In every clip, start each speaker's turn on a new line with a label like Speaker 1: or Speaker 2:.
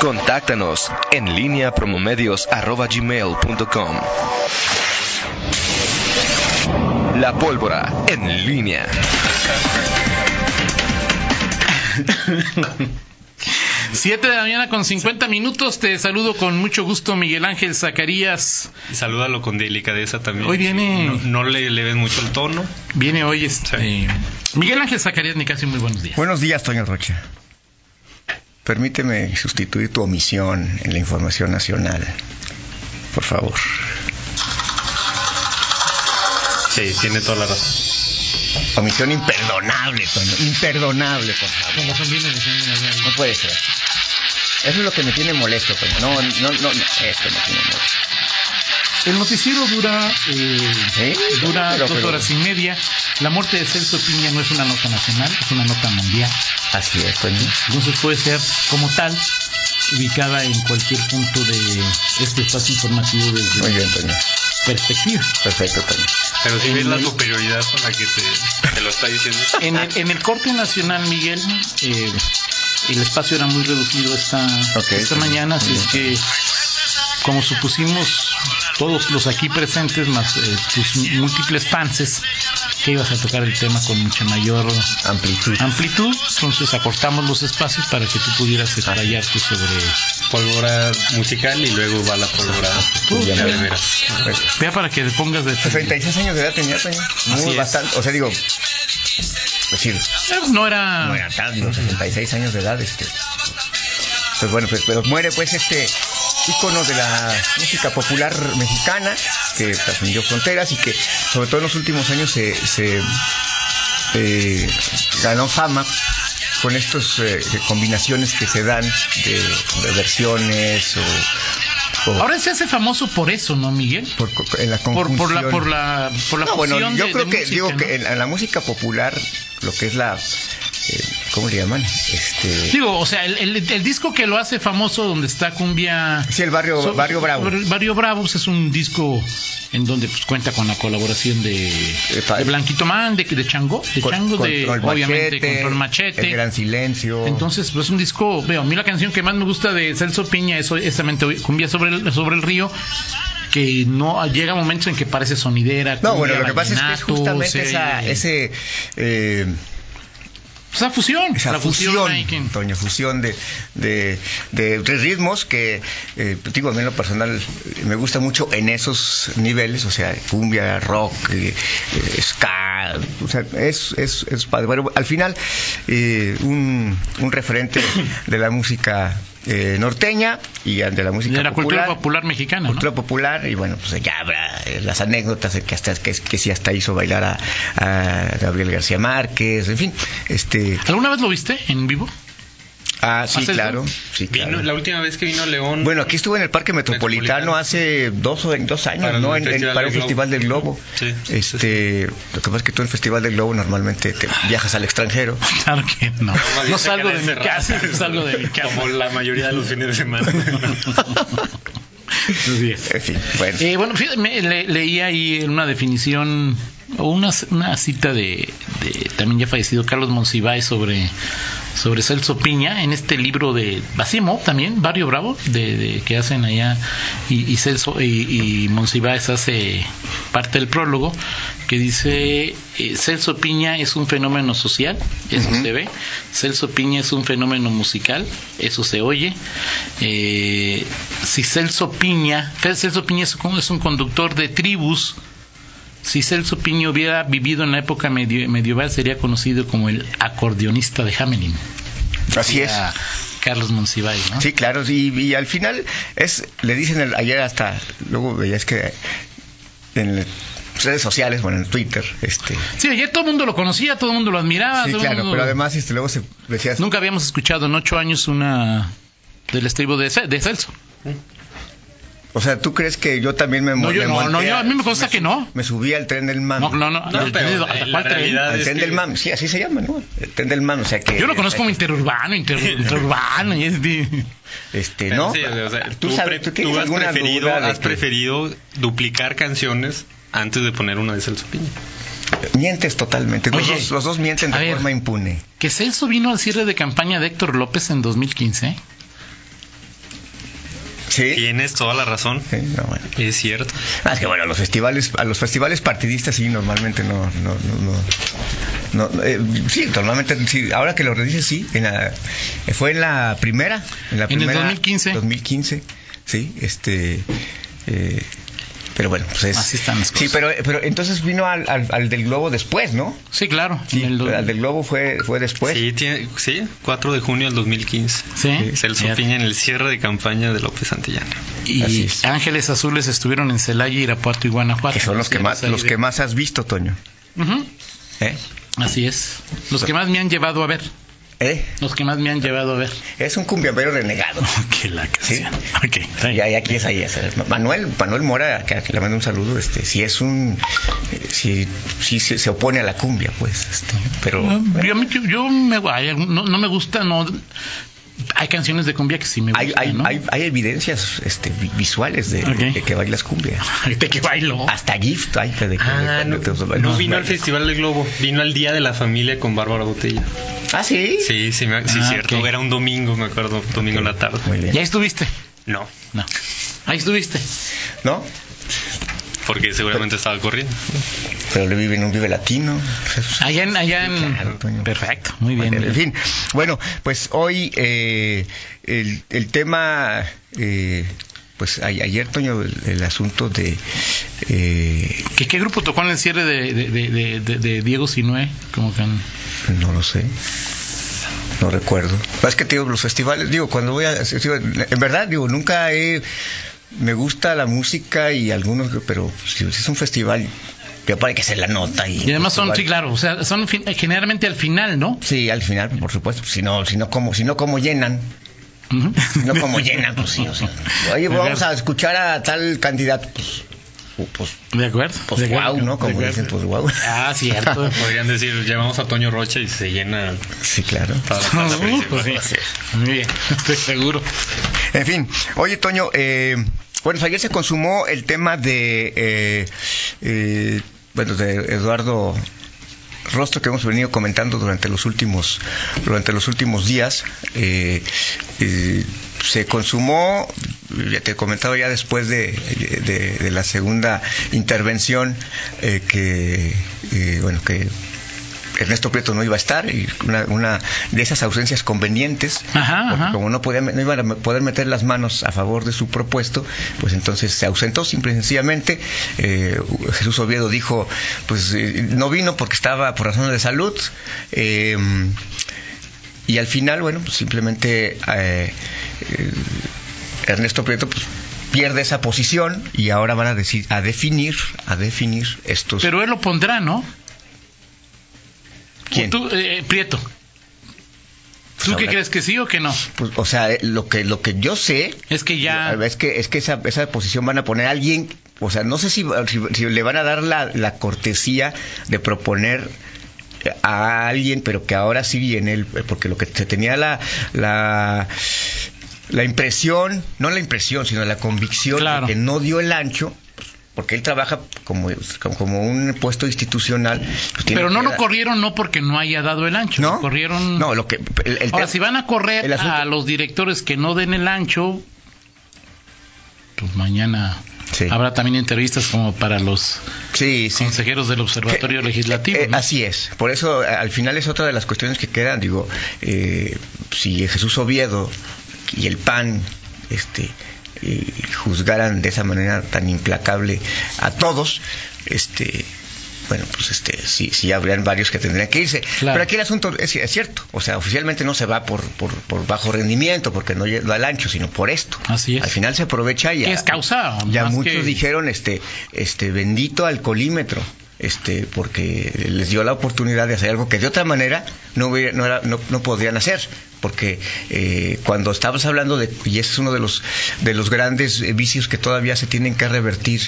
Speaker 1: Contáctanos en línea promomedios.com. La pólvora en línea.
Speaker 2: Siete de la mañana con 50 minutos. Te saludo con mucho gusto, Miguel Ángel Zacarías.
Speaker 3: Y salúdalo con delicadeza también.
Speaker 2: Hoy viene-
Speaker 3: No, no le eleves mucho el tono.
Speaker 2: Viene hoy este. Miguel Ángel Zacarías Nicasio, muy buenos días.
Speaker 4: Buenos días, Toño Rocha. Permíteme sustituir tu omisión en la información nacional. Por favor.
Speaker 3: Sí, tiene toda la razón.
Speaker 4: Omisión imperdonable, Toño. Imperdonable, por favor.
Speaker 2: Como son bien elegidos, ¿no?
Speaker 4: No puede ser. Eso es lo que me tiene molesto, Toño. No, no, no, no. Esto me tiene molesto.
Speaker 2: El noticiero dura, eh,
Speaker 4: ¿Eh?
Speaker 2: dura
Speaker 4: Pero,
Speaker 2: dos
Speaker 4: pero-
Speaker 2: horas y media. La muerte de Celso Piña no es una nota nacional, es una nota mundial.
Speaker 4: Así es, Toño.
Speaker 2: Entonces puede ser como tal ubicada en cualquier punto de este espacio informativo desde
Speaker 4: Muy bien, Toño.
Speaker 2: perspectiva.
Speaker 4: Perfecto, Toño.
Speaker 3: Pero si ves la superioridad con la que te, te lo está diciendo.
Speaker 2: En el, en el corte nacional, Miguel, eh, el espacio era muy reducido esta,
Speaker 4: Ok,
Speaker 2: esta
Speaker 4: sí,
Speaker 2: mañana,
Speaker 4: muy
Speaker 2: así es que, como supusimos todos los aquí presentes, más eh, tus múltiples fanses, que ibas a tocar el tema con mucha mayor
Speaker 4: Amplitud.
Speaker 2: amplitud, entonces acortamos los espacios para que tú pudieras explayarte sobre...
Speaker 3: Pólvora musical y luego va la pólvora.
Speaker 4: Muy
Speaker 3: Ya de
Speaker 4: bien.
Speaker 3: veras.
Speaker 2: Vea para que te pongas de...
Speaker 4: 36 años de edad tenía, Toño.
Speaker 3: Así
Speaker 4: Muy
Speaker 3: es.
Speaker 4: bastante. O sea, digo. Es decir,
Speaker 2: Eh, pues No era...
Speaker 4: no era tan, digo, 66 años de edad, este. Pues bueno, pues, pero muere pues este ícono de la música popular mexicana que trascendió fronteras y que sobre todo en los últimos años se, se, eh, ganó fama con estas combinaciones que se dan de, de versiones o, o
Speaker 2: Ahora se hace famoso por eso, ¿no, Miguel?
Speaker 4: por, co- en la
Speaker 2: Por, por la
Speaker 4: conjunción.
Speaker 2: por la por la
Speaker 4: No, bueno,
Speaker 2: fusión
Speaker 4: yo
Speaker 2: de-
Speaker 4: creo
Speaker 2: de
Speaker 4: que
Speaker 2: música,
Speaker 4: digo
Speaker 2: ¿no?
Speaker 4: que en la, en la música popular, lo que es la, eh, ¿cómo le llaman? Este,
Speaker 2: Digo, o sea, el, el- el disco que lo hace famoso donde está cumbia...
Speaker 4: sí, el barrio,
Speaker 2: So-
Speaker 4: barrio Bravo.
Speaker 2: Bar- Barrio Bravo pues, es un disco en donde pues, cuenta con la colaboración de,
Speaker 4: pa-
Speaker 2: de Blanquito Man, de, de Chango, de
Speaker 4: Con-
Speaker 2: Chango,
Speaker 4: con-
Speaker 2: de
Speaker 4: con el
Speaker 2: obviamente
Speaker 4: machete,
Speaker 2: Control
Speaker 4: El
Speaker 2: Machete.
Speaker 4: gran silencio.
Speaker 2: Entonces, pues es un disco, veo, a mí la canción que más me gusta de Celso Piña es precisamente hoy- Cumbia sobre el, sobre el río, que no llega momentos en que parece sonidera.
Speaker 4: no,
Speaker 2: cumbia,
Speaker 4: bueno, lo que pasa es que es
Speaker 2: vallenato,
Speaker 4: justamente
Speaker 2: se-
Speaker 4: esa, ese, eh,
Speaker 2: esa fusión,
Speaker 4: esa
Speaker 2: la fusión,
Speaker 4: fusión,
Speaker 2: ahí que-
Speaker 4: Toño, fusión de, de, de tres ritmos que, eh, digo, a mí en lo personal eh, me gusta mucho en esos niveles, o sea, cumbia, rock, eh, eh, ska, o sea, es, es, es padre. Bueno, al final, eh, un, un referente de la música eh, norteña y de la música
Speaker 2: de la cultura
Speaker 4: popular.
Speaker 2: popular mexicana. ¿no?
Speaker 4: Cultura popular y bueno, pues ya habrá eh, las anécdotas de que hasta que, que sí hasta hizo bailar a, a Gabriel García Márquez, en fin, este
Speaker 2: ¿Alguna vez lo viste en vivo?
Speaker 4: Ah, sí,
Speaker 2: ¿Hace el
Speaker 4: claro.
Speaker 2: tour?
Speaker 4: Sí,
Speaker 3: Vino-
Speaker 4: claro.
Speaker 3: la última vez que vino a León.
Speaker 4: Bueno, aquí estuve en el Parque Metropolitano
Speaker 3: Metropolitano.
Speaker 4: hace dos, o- dos años,
Speaker 3: Para el
Speaker 4: ¿no? En- en-
Speaker 3: Festival
Speaker 4: para
Speaker 3: del
Speaker 4: un Festival del Globo.
Speaker 3: Globo. Sí, sí,
Speaker 4: este, Lo que pasa es que tú en el Festival del Globo normalmente te viajas al extranjero.
Speaker 2: Claro que no.
Speaker 3: más
Speaker 2: No
Speaker 3: bien se
Speaker 2: salgo de
Speaker 3: queda
Speaker 2: mi
Speaker 3: encerrado.
Speaker 2: casa, no salgo de mi casa.
Speaker 3: Como la mayoría de los fines de semana.
Speaker 4: En fin, bueno.
Speaker 2: Eh, bueno, fíjate, me- le- leí ahí en una definición o una, una cita de, de también ya fallecido Carlos Monsiváis sobre, sobre Celso Piña en este libro de Basimo también, Barrio Bravo, de, de- que hacen allá y, y Celso y, y Monsiváis hace este, parte del prólogo que dice eh, Celso Piña es un fenómeno social, eso se ve, Celso Piña es un fenómeno musical, eso se oye, eh, si Celso Piña, Fe- Celso Piña es un, es un conductor de tribus, si Celso Piña hubiera vivido en la época medio- medieval sería conocido como el acordeonista de Hamelin.
Speaker 4: Así es.
Speaker 2: Decía Carlos Monsiváis, ¿no?
Speaker 4: Sí, claro, y, y al final es, le dicen el- ayer hasta, luego veías que en las redes sociales, bueno, en Twitter, este,
Speaker 2: Sí, ayer todo el mundo lo conocía, todo el mundo lo admiraba.
Speaker 4: sí,
Speaker 2: todo el
Speaker 4: claro,
Speaker 2: mundo-
Speaker 4: pero además este, luego se decías,
Speaker 2: Nunca habíamos escuchado en ocho años una del estribo de, Ce- de Celso.
Speaker 4: o sea, ¿tú crees que yo también me
Speaker 2: No,
Speaker 4: mo-
Speaker 2: yo
Speaker 4: me
Speaker 2: no, no,
Speaker 4: monté
Speaker 2: yo- a mí me consta
Speaker 4: su-
Speaker 2: que no.
Speaker 4: Me subí al tren del mame.
Speaker 2: No, no, no.
Speaker 3: No, pero,
Speaker 2: ¿Hasta
Speaker 3: eh,
Speaker 2: cuál
Speaker 3: la
Speaker 2: tren?
Speaker 3: realidad-
Speaker 4: Al
Speaker 3: es
Speaker 4: tren
Speaker 3: que-
Speaker 4: del MAM, sí, así se llama, ¿no? El tren del MAM, o sea que...
Speaker 2: Yo lo conozco como interurbano, inter- interurbano. y es de-
Speaker 4: Este,
Speaker 3: Pero
Speaker 4: ¿no?
Speaker 3: sí, o
Speaker 2: Ah,
Speaker 3: sea,
Speaker 4: ¿Tú, sabes,
Speaker 3: pre-
Speaker 4: ¿tú tienes
Speaker 3: tú has,
Speaker 4: alguna
Speaker 3: preferido,
Speaker 4: duda de
Speaker 3: has
Speaker 4: que-
Speaker 3: preferido duplicar canciones antes de poner una de Celso Piña.
Speaker 4: Mientes totalmente. Los,
Speaker 2: Oye,
Speaker 4: dos, los dos mienten
Speaker 2: a
Speaker 4: de
Speaker 2: ver.
Speaker 4: forma impune.
Speaker 2: Que Celso vino al cierre de campaña de Héctor López en 2015.
Speaker 4: Sí.
Speaker 3: Tienes toda la razón.
Speaker 4: Sí, no, bueno.
Speaker 3: Es cierto.
Speaker 4: Ah, es que bueno, los festivales, a los festivales partidistas sí, normalmente no, no, no, no, no, eh, sí, normalmente sí. Ahora que lo redices sí, en la, eh, fue en la primera, en la
Speaker 2: En el
Speaker 4: primera,
Speaker 2: 2015.
Speaker 4: 2015, sí, este, eh, pero bueno, pues es.
Speaker 2: Así están las
Speaker 4: Sí,
Speaker 2: cosas.
Speaker 4: pero, pero entonces vino al, al, al del globo después, ¿no?
Speaker 2: Sí, claro.
Speaker 4: Sí,
Speaker 2: en el do-
Speaker 4: al del globo fue, fue después.
Speaker 3: sí, tiene, sí, 4 de junio del 2015.
Speaker 2: Sí.
Speaker 3: Eh, Celso
Speaker 2: Fíjate.
Speaker 3: Piña en el cierre de campaña de López Santillana.
Speaker 2: Y
Speaker 4: Así es.
Speaker 2: Ángeles Azules estuvieron en Celaya, Irapuato y Guanajuato. pues
Speaker 4: que son los que más,
Speaker 2: ahí
Speaker 4: los
Speaker 2: de-
Speaker 4: que más has visto, Toño.
Speaker 2: Ujú,
Speaker 4: ¿Eh?
Speaker 2: Así es. Los que más me han llevado a ver.
Speaker 4: ¿Eh?
Speaker 2: Los que más me han llevado a ver.
Speaker 4: Es un cumbiambero renegado.
Speaker 2: Que la
Speaker 4: canción.
Speaker 2: Ok, está
Speaker 4: Y
Speaker 2: bien.
Speaker 4: ahí aquí es ahí. es, eh, Manuel, Manuel Mora, que que le mando un saludo, este, si es un, eh, si, si se, se opone a la cumbia, pues, este, pero
Speaker 2: No,
Speaker 4: bueno,
Speaker 2: Yo, me- yo- yo me, hay algún- no, no me gusta, no. Hay canciones de cumbia que sí me
Speaker 4: hay,
Speaker 2: gustan,
Speaker 4: hay,
Speaker 2: ¿no?
Speaker 4: hay, hay evidencias este, vi- visuales de,
Speaker 2: Ok.
Speaker 4: de que bailas cumbia.
Speaker 2: De que bailo.
Speaker 4: Hasta gift hay que de
Speaker 3: Ah,
Speaker 4: cuando
Speaker 3: no,
Speaker 4: te-
Speaker 3: no
Speaker 4: bueno,
Speaker 3: vino al
Speaker 4: bueno.
Speaker 3: Festival del Globo, vino al Día de la Familia con Bárbara Botella.
Speaker 4: Ah, sí.
Speaker 3: Sí, sí, me- sí,
Speaker 2: Ah,
Speaker 3: cierto.
Speaker 2: ok.
Speaker 3: Era un domingo, me acuerdo, domingo en la tarde.
Speaker 4: Muy
Speaker 2: ¿Y
Speaker 4: bien.
Speaker 2: ahí estuviste?
Speaker 3: No,
Speaker 2: No. Ahí estuviste.
Speaker 4: ¿No?
Speaker 3: porque seguramente estaba corriendo.
Speaker 4: Pero le vive en un vive latino.
Speaker 2: Allá en. Allá en...
Speaker 4: Claro, Toño.
Speaker 2: Perfecto, muy bien.
Speaker 4: En fin, bueno, pues hoy eh, el, el tema, eh, pues a- ayer, Toño, el, el asunto de... eh,
Speaker 2: ¿Qué, qué grupo tocó en el cierre de, de- de- de- de- de Diego Sinue? Como que. en-
Speaker 4: no lo sé. No recuerdo. Es que te digo, los festivales, digo, cuando voy a... digo, En verdad, digo, nunca he... Me gusta la música y algunos, pero pues, si es un festival, ya para que se la nota. Y,
Speaker 2: Y además son,
Speaker 4: festival-
Speaker 2: sí, claro, o sea, son fin- generalmente al final, ¿no?
Speaker 4: Sí, al final, por supuesto. Si no, si no, como, si no, como llenan.
Speaker 2: Ujú.
Speaker 4: No como llena, pues sí. O sea, oye,
Speaker 2: De
Speaker 4: vamos
Speaker 2: acuerdo.
Speaker 4: a escuchar a tal candidato. Pues, pu- pues,
Speaker 2: De acuerdo.
Speaker 4: pues
Speaker 2: de
Speaker 4: wow,
Speaker 2: acuerdo,
Speaker 4: ¿no? Como
Speaker 2: de
Speaker 4: dicen,
Speaker 2: acuerdo.
Speaker 4: pues wow.
Speaker 2: Ah, cierto.
Speaker 3: Podrían decir, llevamos a Toño Rocha y se llena
Speaker 4: Sí, claro.
Speaker 3: toda la plaza
Speaker 2: Uh,
Speaker 3: principal.
Speaker 2: pues sí. Muy bien, estoy seguro.
Speaker 4: Pues En fin, oye, Toño, eh, bueno, ayer se consumó el tema de, eh, eh, bueno, de Eduardo Rostro que hemos venido comentando durante los últimos, durante los últimos días. Eh, eh, se consumó, ya te he comentado ya después de, de- de la segunda intervención eh, que, eh, bueno, que Ernesto Prieto no iba a estar y una, una de esas ausencias convenientes
Speaker 2: Ajá,
Speaker 4: porque
Speaker 2: ajá.
Speaker 4: como no, podía, no iban a poder meter las manos a favor de su propuesto, pues entonces se ausentó simple y sencillamente. Eh, Jesús Oviedo dijo, pues eh, no vino porque estaba por razones de salud. Eh, y al final, bueno, pues simplemente eh, eh, Ernesto Prieto pues, pierde esa posición y ahora van a, decir, a definir, a definir estos...
Speaker 2: Pero él lo pondrá, ¿no?
Speaker 4: ¿Quién?
Speaker 2: Tú, eh, Prieto.
Speaker 4: Pues
Speaker 2: ¿Tú qué
Speaker 4: ahora-
Speaker 2: crees que sí o que no?
Speaker 4: Pues, o sea, eh, lo que, lo que yo sé
Speaker 2: Es que ya.
Speaker 4: Es que, es que esa, esa posición van a poner a alguien, o sea, no sé si, si- si le van a dar la, la cortesía de proponer a alguien, pero que ahora sí viene, el- eh, porque lo que se tenía la, la, la impresión, no la impresión, sino la convicción
Speaker 2: Claro.
Speaker 4: de que no dio el ancho. Porque él trabaja como, como, como un puesto institucional. pues tiene
Speaker 2: Pero no
Speaker 4: que
Speaker 2: lo
Speaker 4: dar-
Speaker 2: corrieron no porque no haya dado el ancho.
Speaker 4: ¿No?
Speaker 2: lo corrieron.
Speaker 4: No, lo que. el- el
Speaker 2: Ahora,
Speaker 4: tema-
Speaker 2: si van a correr
Speaker 4: el asunto-
Speaker 2: a los directores que no den el ancho, pues mañana
Speaker 4: Sí.
Speaker 2: habrá también entrevistas como para los
Speaker 4: Sí, sí.
Speaker 2: consejeros del Observatorio
Speaker 4: Que-
Speaker 2: Legislativo.
Speaker 4: Eh,
Speaker 2: ¿no?
Speaker 4: Así es. Por eso, a- al final es otra de las cuestiones que quedan. Digo, eh, si Jesús Oviedo y el PAN este, eh, juzgaran de esa manera tan implacable a todos, este. Bueno, pues este, sí, sí habrían varios que tendrían que irse.
Speaker 2: Claro.
Speaker 4: Pero aquí el asunto es, es cierto. O sea, oficialmente no se va por, por, por bajo rendimiento, porque no da al ancho, sino por esto.
Speaker 2: Así es.
Speaker 4: Al final se aprovecha y...
Speaker 2: ¿Qué
Speaker 4: a-
Speaker 2: es causa?
Speaker 4: Ya
Speaker 2: Más
Speaker 4: muchos
Speaker 2: que-
Speaker 4: dijeron, este, este, bendito alcoholímetro, este, porque les dio la oportunidad de hacer algo que de otra manera no hubiera- no, era- no- no podrían hacer, porque eh, cuando estabas hablando de y ese es uno de los de los grandes eh, vicios que todavía se tienen que revertir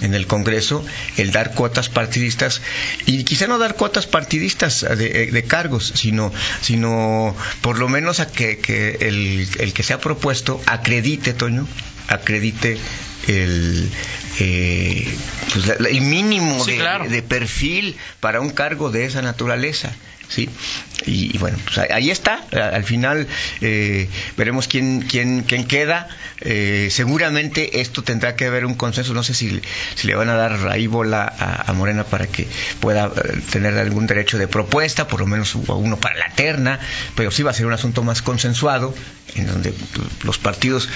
Speaker 4: en el Congreso, el dar cuotas partidistas y quizá no dar cuotas partidistas eh, de, de cargos, sino sino por lo menos a que, que el, el que se ha propuesto acredite, Toño, acredite el, eh, pues, la- la- el mínimo
Speaker 2: Sí,
Speaker 4: de,
Speaker 2: claro.
Speaker 4: de perfil para un cargo de esa naturaleza. ¿sí? Y, y bueno, pues ahí- ahí está. A- Al final eh, veremos quién, quién, quién queda. Eh, seguramente esto tendrá que haber un consenso. No sé si, si le van a dar ahí bola a, a Morena para que pueda eh, tener algún derecho de propuesta, por lo menos hubo uno para la terna, pero sí va a ser un asunto más consensuado, en donde pues, los partidos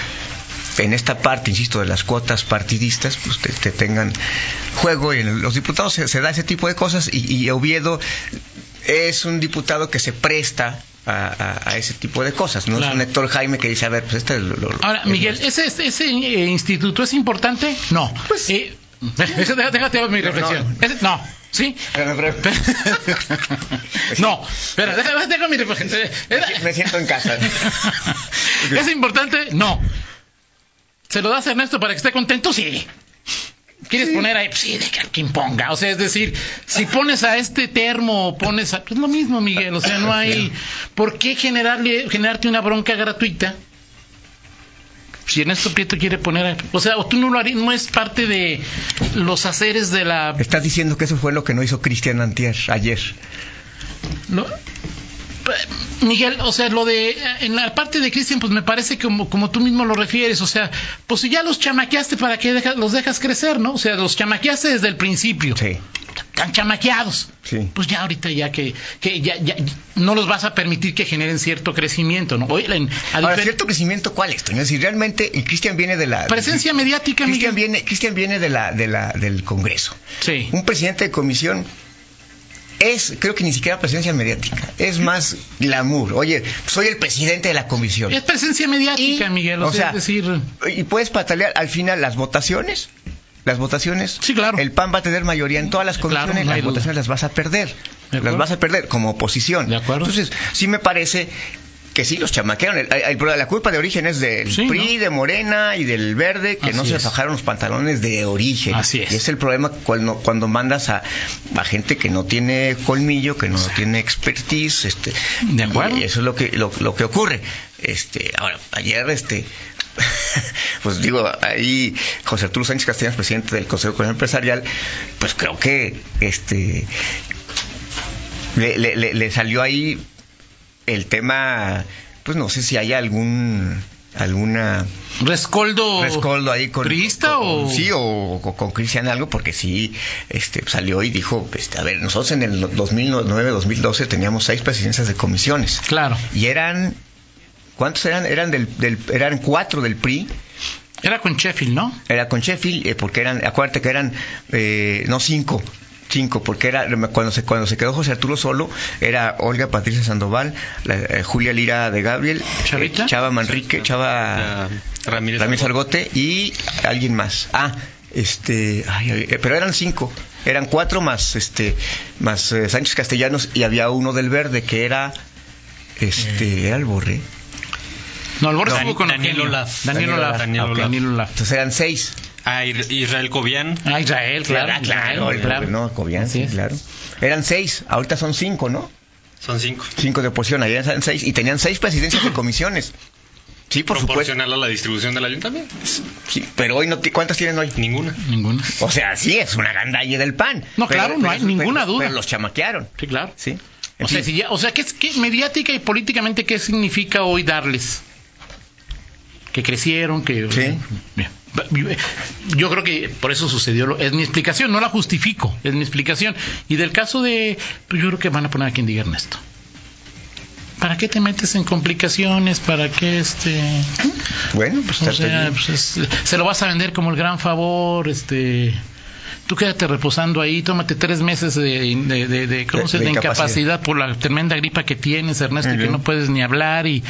Speaker 4: en esta parte, insisto, de las cuotas partidistas, pues te, te tengan juego y en el- los diputados se, se da ese tipo de cosas y, y Oviedo es un diputado que se presta a, a- a ese tipo de cosas, no es
Speaker 2: Claro.
Speaker 4: un Héctor Jaime que dice, a ver, pues este lo, lo-
Speaker 2: Ahora,
Speaker 4: es
Speaker 2: Miguel,
Speaker 4: nuestro".
Speaker 2: ¿ese, ese, ese, eh, instituto es importante? No.
Speaker 4: Pues-
Speaker 2: Eh, déjate, déjate mi reflexión.
Speaker 4: no.
Speaker 2: Ese- no. ¿Sí?
Speaker 4: Pero, pero-
Speaker 2: no, espera, déjame, déjame mi reflexión. Eh, eh,
Speaker 4: Pues, me siento en casa.
Speaker 2: ¿Es importante? No. ¿Se lo das a Ernesto para que esté contento? Sí. ¿Quieres poner ahí? Pues sí, de que, que imponga. O sea, es decir, si pones a este termo, pones a... Es lo mismo, Miguel. O sea, no hay... ¿Por qué generarle, generarte una bronca gratuita? Si Ernesto Prieto quiere poner... a- O sea, o tú no lo harías, no es parte de los haceres de la...
Speaker 4: Estás diciendo que eso fue lo que no hizo Cristian Antier ayer.
Speaker 2: No. Pe- Miguel, o sea, lo de en la parte de Cristian, pues me parece como, como tú mismo lo refieres, o sea, pues si ya los chamaqueaste, ¿para qué deja- los dejas crecer, no? O sea, los chamaqueaste desde el principio,
Speaker 4: Sí,
Speaker 2: están chamaqueados.
Speaker 4: sí.
Speaker 2: Pues ya ahorita ya que, que ya, ya no los vas a permitir que generen cierto crecimiento, ¿no? Oye, en- a
Speaker 4: Ahora,
Speaker 2: difer-
Speaker 4: ¿cierto crecimiento cuál es, Toño? Si realmente, y Cristian viene de la...
Speaker 2: presencia mediática,
Speaker 4: Cristian
Speaker 2: Miguel.
Speaker 4: viene, Cristian viene de la, de la, del Congreso.
Speaker 2: Sí.
Speaker 4: Un presidente de comisión es, creo que ni siquiera presencia mediática, es más glamour. Oye, soy el presidente de la comisión.
Speaker 2: Es presencia mediática,
Speaker 4: Y-
Speaker 2: Miguel, o,
Speaker 4: o
Speaker 2: sea,
Speaker 4: sea,
Speaker 2: es decir,
Speaker 4: Y puedes patalear al final las votaciones. Las votaciones.
Speaker 2: Sí, claro.
Speaker 4: El PAN va a tener mayoría en todas las
Speaker 2: Claro,
Speaker 4: comisiones.
Speaker 2: no hay
Speaker 4: las
Speaker 2: duda.
Speaker 4: votaciones las vas a perder.
Speaker 2: De acuerdo.
Speaker 4: Las vas a perder como oposición.
Speaker 2: De acuerdo.
Speaker 4: Entonces, sí me parece que sí los chamaquearon. El- el- la culpa de origen es del
Speaker 2: Sí,
Speaker 4: PRI,
Speaker 2: ¿no?
Speaker 4: de Morena y del Verde, que no
Speaker 2: Así
Speaker 4: se
Speaker 2: es.
Speaker 4: bajaron los pantalones de origen.
Speaker 2: Así es.
Speaker 4: Y es el problema cuando, cuando mandas a, a gente que no tiene colmillo, que no tiene expertise. Este,
Speaker 2: De acuerdo.
Speaker 4: y eso es lo que lo, lo que ocurre. Este, ahora ayer este pues digo, ahí José Arturo Sánchez Castellanos, presidente del Consejo Coordinador Empresarial, pues creo que este le, le- le- le salió ahí el tema, pues no sé si hay algún alguna
Speaker 2: rescoldo,
Speaker 4: rescoldo ahí con
Speaker 2: priista
Speaker 4: con-
Speaker 2: o
Speaker 4: sí o, o con Cristian algo porque sí este salió y dijo este, a ver nosotros en el 2009 2012 teníamos seis presidencias de comisiones
Speaker 2: claro,
Speaker 4: y eran cuántos eran eran del, del- eran cuatro del PRI
Speaker 2: era con Sheffield, ¿no?
Speaker 4: era con Sheffield eh, porque eran acuérdate que eran eh, no cinco cinco porque era cuando se cuando se quedó José Arturo solo era Olga Patricia Sandoval la- eh, Julia Lira de Gabriel
Speaker 2: ¿Chavita?
Speaker 4: eh, Chava Manrique Chava
Speaker 3: Ah, Ramírez.
Speaker 4: Ramírez Argote y alguien más ah este ay, ay, eh, pero eran cinco eran cuatro más este más eh, Sánchez Castellanos y había uno del Verde que era este era el Borré
Speaker 2: No, Alborz
Speaker 3: No,
Speaker 2: estuvo con
Speaker 3: Daniel
Speaker 2: Eugenio.
Speaker 3: Olaf.
Speaker 2: Daniel Olaf.
Speaker 3: Daniel
Speaker 2: Ah, ok,
Speaker 3: Olaf.
Speaker 2: Daniel Olaf.
Speaker 4: entonces eran seis
Speaker 3: Ah, Ir- Israel Cobian.
Speaker 2: Ah, Israel, claro.
Speaker 4: Ah, claro,
Speaker 2: Israel,
Speaker 4: el
Speaker 2: claro.
Speaker 4: gobierno, Cobian,
Speaker 2: Así
Speaker 4: sí,
Speaker 2: es.
Speaker 4: claro. Eran seis, ahorita son cinco, ¿no?
Speaker 3: Son cinco.
Speaker 4: Cinco de oposición, ayer eran seis, y tenían seis presidencias de comisiones. Sí, por supuesto.
Speaker 3: Proporcional a la distribución del ayuntamiento.
Speaker 4: Sí, pero hoy no, ti- ¿cuántas tienen hoy?
Speaker 3: Ninguna.
Speaker 2: Ninguna.
Speaker 4: O sea, sí, es una gandalle del pan.
Speaker 2: No, claro, no hay ninguna duda.
Speaker 4: Pero los chamaquearon,
Speaker 2: Sí, claro.
Speaker 4: ¿sí? En
Speaker 2: O sea,
Speaker 4: fin,
Speaker 2: si ya- o sea, ¿qué, es- qué mediática y políticamente qué significa hoy darles? Que crecieron, que...
Speaker 4: Sí.
Speaker 2: Bien. Yo creo que por eso sucedió. lo- Es mi explicación, no la justifico, es mi explicación. Y del caso de... Pues yo creo que van a poner a quien diga Ernesto. ¿Para qué te metes en complicaciones? ¿Para qué este...?
Speaker 4: bueno, pues,
Speaker 2: O
Speaker 4: está
Speaker 2: sea,
Speaker 4: bien.
Speaker 2: pues, es- se lo vas a vender como el gran favor, este... Tú quédate reposando ahí, tómate tres meses de, de- de- de- ¿cómo
Speaker 4: De-
Speaker 2: se-
Speaker 4: de
Speaker 2: de
Speaker 4: incapacidad.
Speaker 2: incapacidad por la tremenda gripa que tienes, Ernesto,
Speaker 4: Ujú.
Speaker 2: que no puedes ni hablar y,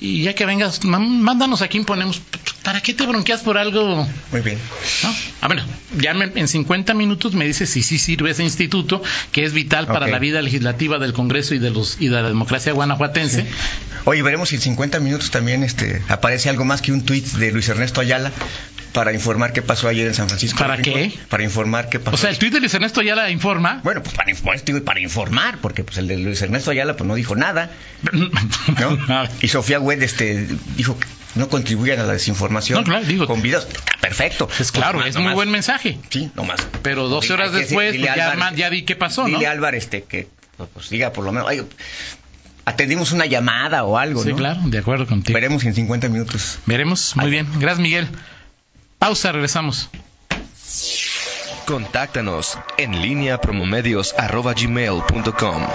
Speaker 2: y ya que vengas, má- mándanos aquí imponemos. ¿Para qué te bronqueas por algo?
Speaker 4: muy bien.
Speaker 2: ¿No? Ah, bueno, ya me- en 50 minutos me dices si sí sirve ese instituto, que es vital para
Speaker 4: Ok.
Speaker 2: la vida legislativa del Congreso y de los y de la democracia guanajuatense.
Speaker 4: Oye, veremos si en 50 minutos también este, aparece algo más que un tuit de Luis Ernesto Ayala para informar qué pasó ayer en San Francisco.
Speaker 2: ¿Para qué?
Speaker 4: Para informar qué pasó.
Speaker 2: O sea, el tuit de Luis Ernesto ya la informa.
Speaker 4: Bueno, pues para, inf- digo, para informar, porque pues el de Luis Ernesto Ayala pues no dijo nada, ¿no?
Speaker 2: Nada.
Speaker 4: y Sofía Wed este dijo que no contribuyan a la desinformación
Speaker 2: No, claro, digo-
Speaker 4: con videos. Está perfecto.
Speaker 2: Pues claro,
Speaker 4: Pues,
Speaker 2: es
Speaker 4: nomás-
Speaker 2: muy buen mensaje.
Speaker 4: Sí, nomás.
Speaker 2: Pero 12
Speaker 4: Dile-
Speaker 2: horas
Speaker 4: hay que
Speaker 2: después,
Speaker 4: decir- dile
Speaker 2: pues, ya
Speaker 4: Álvarez-
Speaker 2: ma- ya vi qué pasó, ¿no?
Speaker 4: Dile a Álvarez este, que pues, pues, diga por lo menos, "Ay, atendimos una llamada o algo,
Speaker 2: Sí,
Speaker 4: ¿no?
Speaker 2: claro, de acuerdo contigo.
Speaker 4: Veremos si en 50 minutos.
Speaker 2: Veremos. Muy bien. Gracias, Miguel. Pausa, regresamos.
Speaker 1: Contáctanos en línea promomedios arroba gmail punto com.